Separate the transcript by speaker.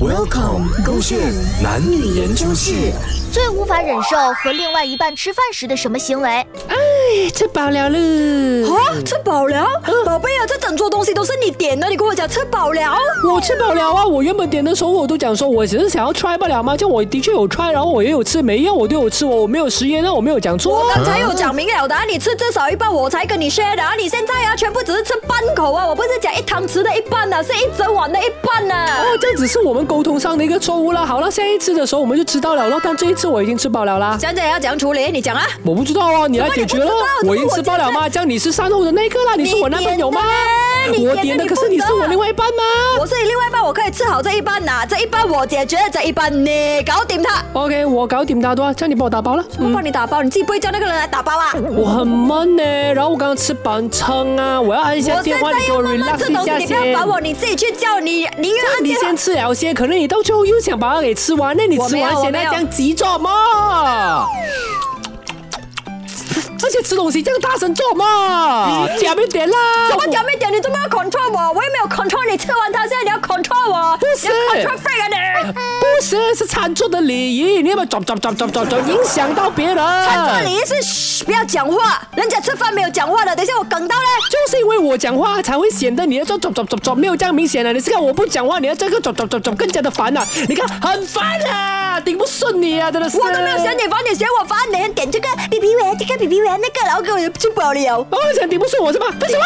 Speaker 1: Welcome，勾线男女研究室。
Speaker 2: 最无法忍受和另外一半吃饭时的什么行为？
Speaker 3: 哎，吃饱了了。
Speaker 4: 啊，吃饱了，
Speaker 3: 嗯
Speaker 4: 宝贝啊，这整桌东西都是你点的，你跟我讲吃饱了，
Speaker 3: 我吃饱了啊！我原本点的时候我都讲说，我只是想要 try 不了吗？这样我的确有 try，然后我也有吃，每一样我都有吃，我我没有食言，那我没有讲错
Speaker 4: 我
Speaker 3: 啊。
Speaker 4: 刚才有讲明了的啊，你吃至少一半我才跟你 share 的啊，你现在啊全部只是吃半口啊，我不是讲一汤匙的一半啊，是一整碗的一半呢、啊。
Speaker 3: 哦，这只是我们沟通上的一个错误啦。好了，下一次的时候我们就知道了咯。但这一次我已经吃饱了啦。
Speaker 4: 讲讲要怎样处理，你讲啊。
Speaker 3: 我不知道啊，你来解决
Speaker 4: 怎
Speaker 3: 了
Speaker 4: 么你。不知道
Speaker 3: 我已经吃饱了吗？这样你是善后的那一个啦，你是我男朋友吗？
Speaker 4: 你点的
Speaker 3: 我
Speaker 4: 呢你
Speaker 3: 点
Speaker 4: 点
Speaker 3: 的，
Speaker 4: 的你
Speaker 3: 可是
Speaker 4: 负责
Speaker 3: 你是我另外一半吗
Speaker 4: 我是另外一半，我可以吃好这一半呐、这一半我解决，这一半你搞定它。
Speaker 3: ？OK，我搞点大多啊，这样你帮我打包了。
Speaker 4: 我帮你打包，你自己不会叫那个人来打包啊？
Speaker 3: 我很闷呢、然后我刚刚吃饱撑啊，我要按一下
Speaker 4: 我现
Speaker 3: 电话，
Speaker 4: 在
Speaker 3: 你给
Speaker 4: 又
Speaker 3: 我
Speaker 4: 慢慢
Speaker 3: relax
Speaker 4: 吃
Speaker 3: 一
Speaker 4: 东西，
Speaker 3: 下
Speaker 4: 你不要
Speaker 3: 先。
Speaker 4: 烦我，你自己去叫你，宁愿按
Speaker 3: 你
Speaker 4: 电话
Speaker 3: 先。吃了先，可能你到最后又想把它给吃完，那你吃完
Speaker 4: 我没有
Speaker 3: 现在这样急做嘛？而且吃东西这样大声做嘛？讲一点啦！
Speaker 4: 怎么讲没点？你这么要 control 我？我又没有 control 你，吃完它现在你要 control 我，
Speaker 3: 不是
Speaker 4: 你要 control f r e e 啊你！
Speaker 3: 不是，是餐桌的礼仪，你有没有转转转转转转影响到别人？
Speaker 4: 餐桌礼仪哎是嘘，不要讲话，人家吃饭没有讲话的，等一下我梗到嘞。
Speaker 3: 就是因为我讲话才会显得你要转转转转转没有这样明显了。你是看我不讲话，你要这个转转转转更加的烦了、啊你看很烦啊，顶不顺你啊，真的是。
Speaker 4: 我都没有嫌你烦，你嫌我烦，你还点这个 B B 丸，这个 B B 丸，那个，然后给我吃饱了。
Speaker 3: 哦，想顶不顺我是吗？为什么？